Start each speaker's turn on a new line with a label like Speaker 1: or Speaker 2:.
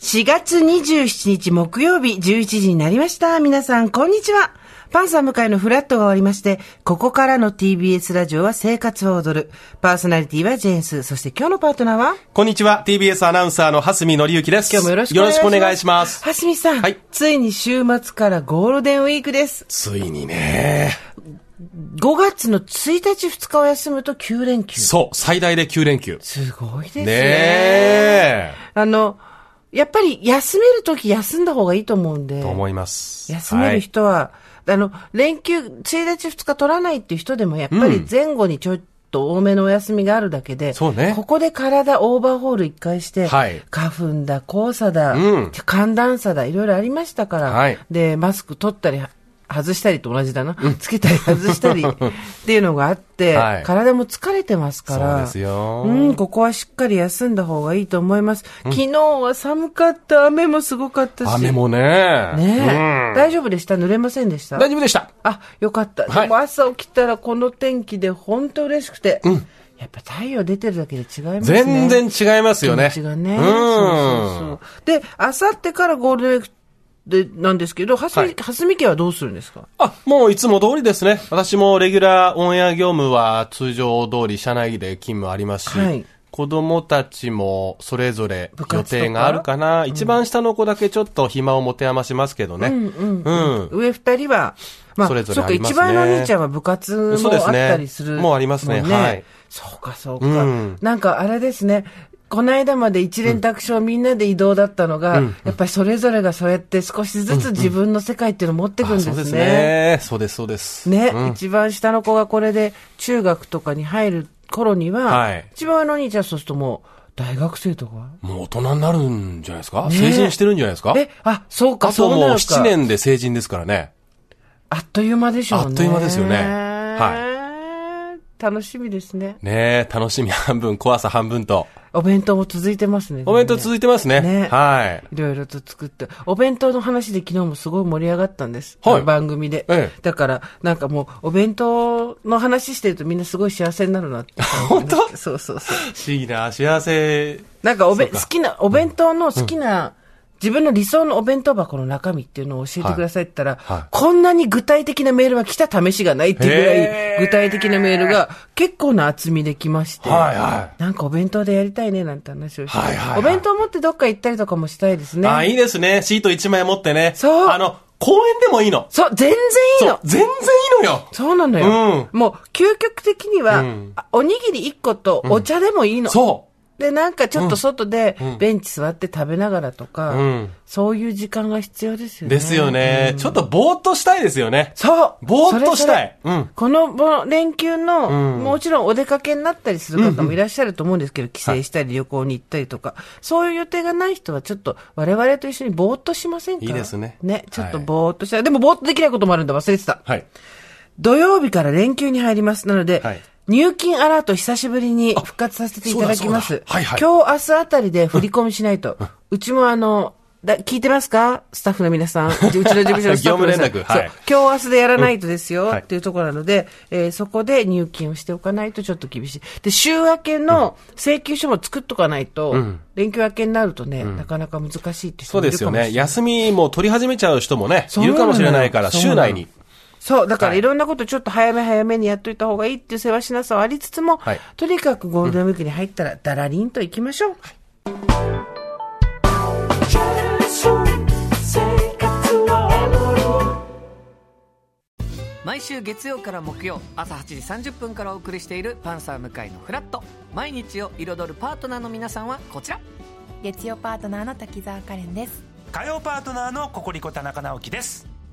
Speaker 1: 4月27日木曜日11時になりました。皆さん、こんにちは。パンサー向かいのフラットが終わりまして、ここからの TBS ラジオは生活を踊る。パーソナリティはジェーンス。そして今日のパートナーは
Speaker 2: こんにちは、TBS アナウンサーの蓮見紀之です。
Speaker 1: 今日もよろしくお願いします。
Speaker 2: よろしくお願いします
Speaker 1: はすみさん、
Speaker 2: はい
Speaker 1: ついに週末からゴールデンウィークです。
Speaker 2: ついにね、
Speaker 1: 5月の1日2日を休むと9連休。
Speaker 2: そう、最大で9連休。
Speaker 1: すごいですね。
Speaker 2: ねえ、
Speaker 1: あの、やっぱり休めるとき休んだ方がいいと思うんで。
Speaker 2: と思います。
Speaker 1: 休める人は、あの、連休、1日2日取らないっていう人でも、やっぱり前後にちょっと多めのお休みがあるだけで、
Speaker 2: そうね
Speaker 1: ここで体オーバーホール一回して、
Speaker 2: はい
Speaker 1: 花粉だ、黄砂だ、
Speaker 2: うん
Speaker 1: 寒暖差だ、いろいろありましたから、
Speaker 2: はい
Speaker 1: で、マスク取ったり、外したりと同じだな。つけたり外した りっていうのがあって、
Speaker 2: はい
Speaker 1: 体も疲れてますから。
Speaker 2: そうですよ
Speaker 1: うん、ここはしっかり休んだ方がいいと思います。昨日は寒かった、雨もすごかったし。
Speaker 2: はい雨もね。
Speaker 1: ねえ、
Speaker 2: うん
Speaker 1: 大丈夫でした濡れませんでした
Speaker 2: 大丈夫でした。
Speaker 1: あ、よかった。
Speaker 2: はい
Speaker 1: でも朝起きたらこの天気で本当嬉しくて。やっぱ太陽出てるだけで違いますね。
Speaker 2: 全然違いますよね。
Speaker 1: 気持ちがね。
Speaker 2: うん。
Speaker 1: そうそうそう。で、あさってからゴールデンウィークでなんですけど、はすみ、
Speaker 2: はい
Speaker 1: はすみ家はどうするんですか
Speaker 2: あ、もういつも通りですね。私もレギュラーオンエア業務は通常通り社内で勤務ありますし、
Speaker 1: はい
Speaker 2: 子供たちもそれぞれ
Speaker 1: 部
Speaker 2: 予
Speaker 1: 活とか
Speaker 2: 定があるかな。一番下の子だけちょっと暇を持て余しますけどね。うんうん、
Speaker 1: 上二人は、まあ、
Speaker 2: それぞれありますね
Speaker 1: そうか、一番のお兄ちゃんは部活もあったりする。
Speaker 2: そうですねもうありますね
Speaker 1: ん
Speaker 2: はい
Speaker 1: そうか、そうか。
Speaker 2: うん
Speaker 1: なんかあれですね。この間まで一連卓上みんなで移動だったのが、やっぱりそれぞれがそうやって少しずつ自分の世界っていうのを持ってくるんで
Speaker 2: そうですす
Speaker 1: ね。
Speaker 2: ね。そうです、そうです。
Speaker 1: ね、
Speaker 2: うん
Speaker 1: 一番下の子がこれで中学とかに入る頃には、
Speaker 2: はい
Speaker 1: 一番上のお兄ちゃんはそうするともう大学生とか。
Speaker 2: もう大人になるんじゃないですか、
Speaker 1: ねえ
Speaker 2: 成人してるんじゃないですか
Speaker 1: え、あ、そうか、
Speaker 2: あ
Speaker 1: そ
Speaker 2: と
Speaker 1: うな
Speaker 2: もう
Speaker 1: の
Speaker 2: 7
Speaker 1: か。
Speaker 2: 年で成人ですからね。
Speaker 1: あっという間でしょうね。
Speaker 2: あっという間ですよね
Speaker 1: はい。楽しみですね。
Speaker 2: ねえ、楽しみ半分、怖さ半分と。
Speaker 1: お弁当も続いてますね。
Speaker 2: お弁当続いてますね。
Speaker 1: ね
Speaker 2: はい。
Speaker 1: いろいろと作って。お弁当の話で昨日もすごい盛り上がったんです。
Speaker 2: はい
Speaker 1: 番組で。
Speaker 2: ええ
Speaker 1: だから、なんかもう、お弁当の話してるとみんなすごい幸せになるなって。
Speaker 2: 本当
Speaker 1: そうそうそう。
Speaker 2: 不思議な幸せ。
Speaker 1: なんかおべ、
Speaker 2: そうか
Speaker 1: 好きな、お弁当の好きな、自分の理想のお弁当箱の中身っていうのを教えてくださいって言ったら、
Speaker 2: はいはい
Speaker 1: こんなに具体的なメールは来た試しがないっていうぐら
Speaker 2: へ
Speaker 1: い、
Speaker 2: ー
Speaker 1: 具体的なメールが結構な厚みできまして、
Speaker 2: はいはい。
Speaker 1: なんかお弁当でやりたいねなんて話をして、
Speaker 2: はいはいはい
Speaker 1: お弁当持ってどっか行ったりとかもしたいですね。
Speaker 2: あ、いいですね。シート1枚持ってね。
Speaker 1: そう
Speaker 2: あの、公園でもいいの。
Speaker 1: そう、全然いい
Speaker 2: そう
Speaker 1: の。
Speaker 2: 全然いいのよ。
Speaker 1: そうなのよ。もう、究極的には、
Speaker 2: うん
Speaker 1: あおにぎり1個とお茶でもいいの。
Speaker 2: そ
Speaker 1: で、なんかちょっと外で、ベンチ座って食べながらとか、
Speaker 2: うん
Speaker 1: そういう時間が必要ですよ
Speaker 2: う。
Speaker 1: ね。
Speaker 2: ですよね。ちょっとぼーっとしたいですよね。
Speaker 1: そう
Speaker 2: ぼーっとしたい
Speaker 1: それそれ
Speaker 2: うん
Speaker 1: このぼ連休の、
Speaker 2: うん
Speaker 1: もちろんお出かけになったりする方もいらっしゃると思うんですけど、帰省したり旅行に行ったりとか、そういう予定がない人はちょっと我々と一緒にぼーっとしませんか
Speaker 2: いいですね
Speaker 1: ね、ちょっとぼーっとしたい。でもぼーっとできないこともあるんだ、忘れてた。
Speaker 2: はい。
Speaker 1: 土曜日から連休に入ります。なので、
Speaker 2: はい
Speaker 1: 入金アラート久しぶりに復活させていただきま
Speaker 2: そう
Speaker 1: す
Speaker 2: だ。そうだはいはい
Speaker 1: 今日明日あたりで振り込みしないと。うちもあの、だ聞いてますかスタッフの皆 さん。うちうちの事務所のスタッフの皆さん。
Speaker 2: 業務連絡はい
Speaker 1: そう今日明日でやらないとですよ、
Speaker 2: はい
Speaker 1: っていうところなので、えーそこで入金をしておかないとちょっと厳しい。で、週明けの請求書も作っとかないと、連休明けになるとね、なかなか難しいって人
Speaker 2: そう
Speaker 1: もい
Speaker 2: で
Speaker 1: るか
Speaker 2: すよ
Speaker 1: もしれない。
Speaker 2: ね。休みも取り始めちゃう人もね、
Speaker 1: そう
Speaker 2: い
Speaker 1: なのよ
Speaker 2: るかもしれないから、
Speaker 1: そうなの
Speaker 2: 週内に。
Speaker 1: そう、だから
Speaker 2: はい
Speaker 1: いろんなことちょっと早め早めにやっといた方がいいっていうせわしなさはありつつも、
Speaker 2: はい
Speaker 1: とにかくゴールデンウィークに入ったら、だらりんと行きましょう。
Speaker 3: 毎週月曜から木曜朝8時30分からお送りしている「パンサー向井のフラット」毎日を彩るパートナーの皆さんはこちら
Speaker 4: 月曜パートナーの滝沢カレンです
Speaker 5: 火曜パートナーのココリコ田中直樹です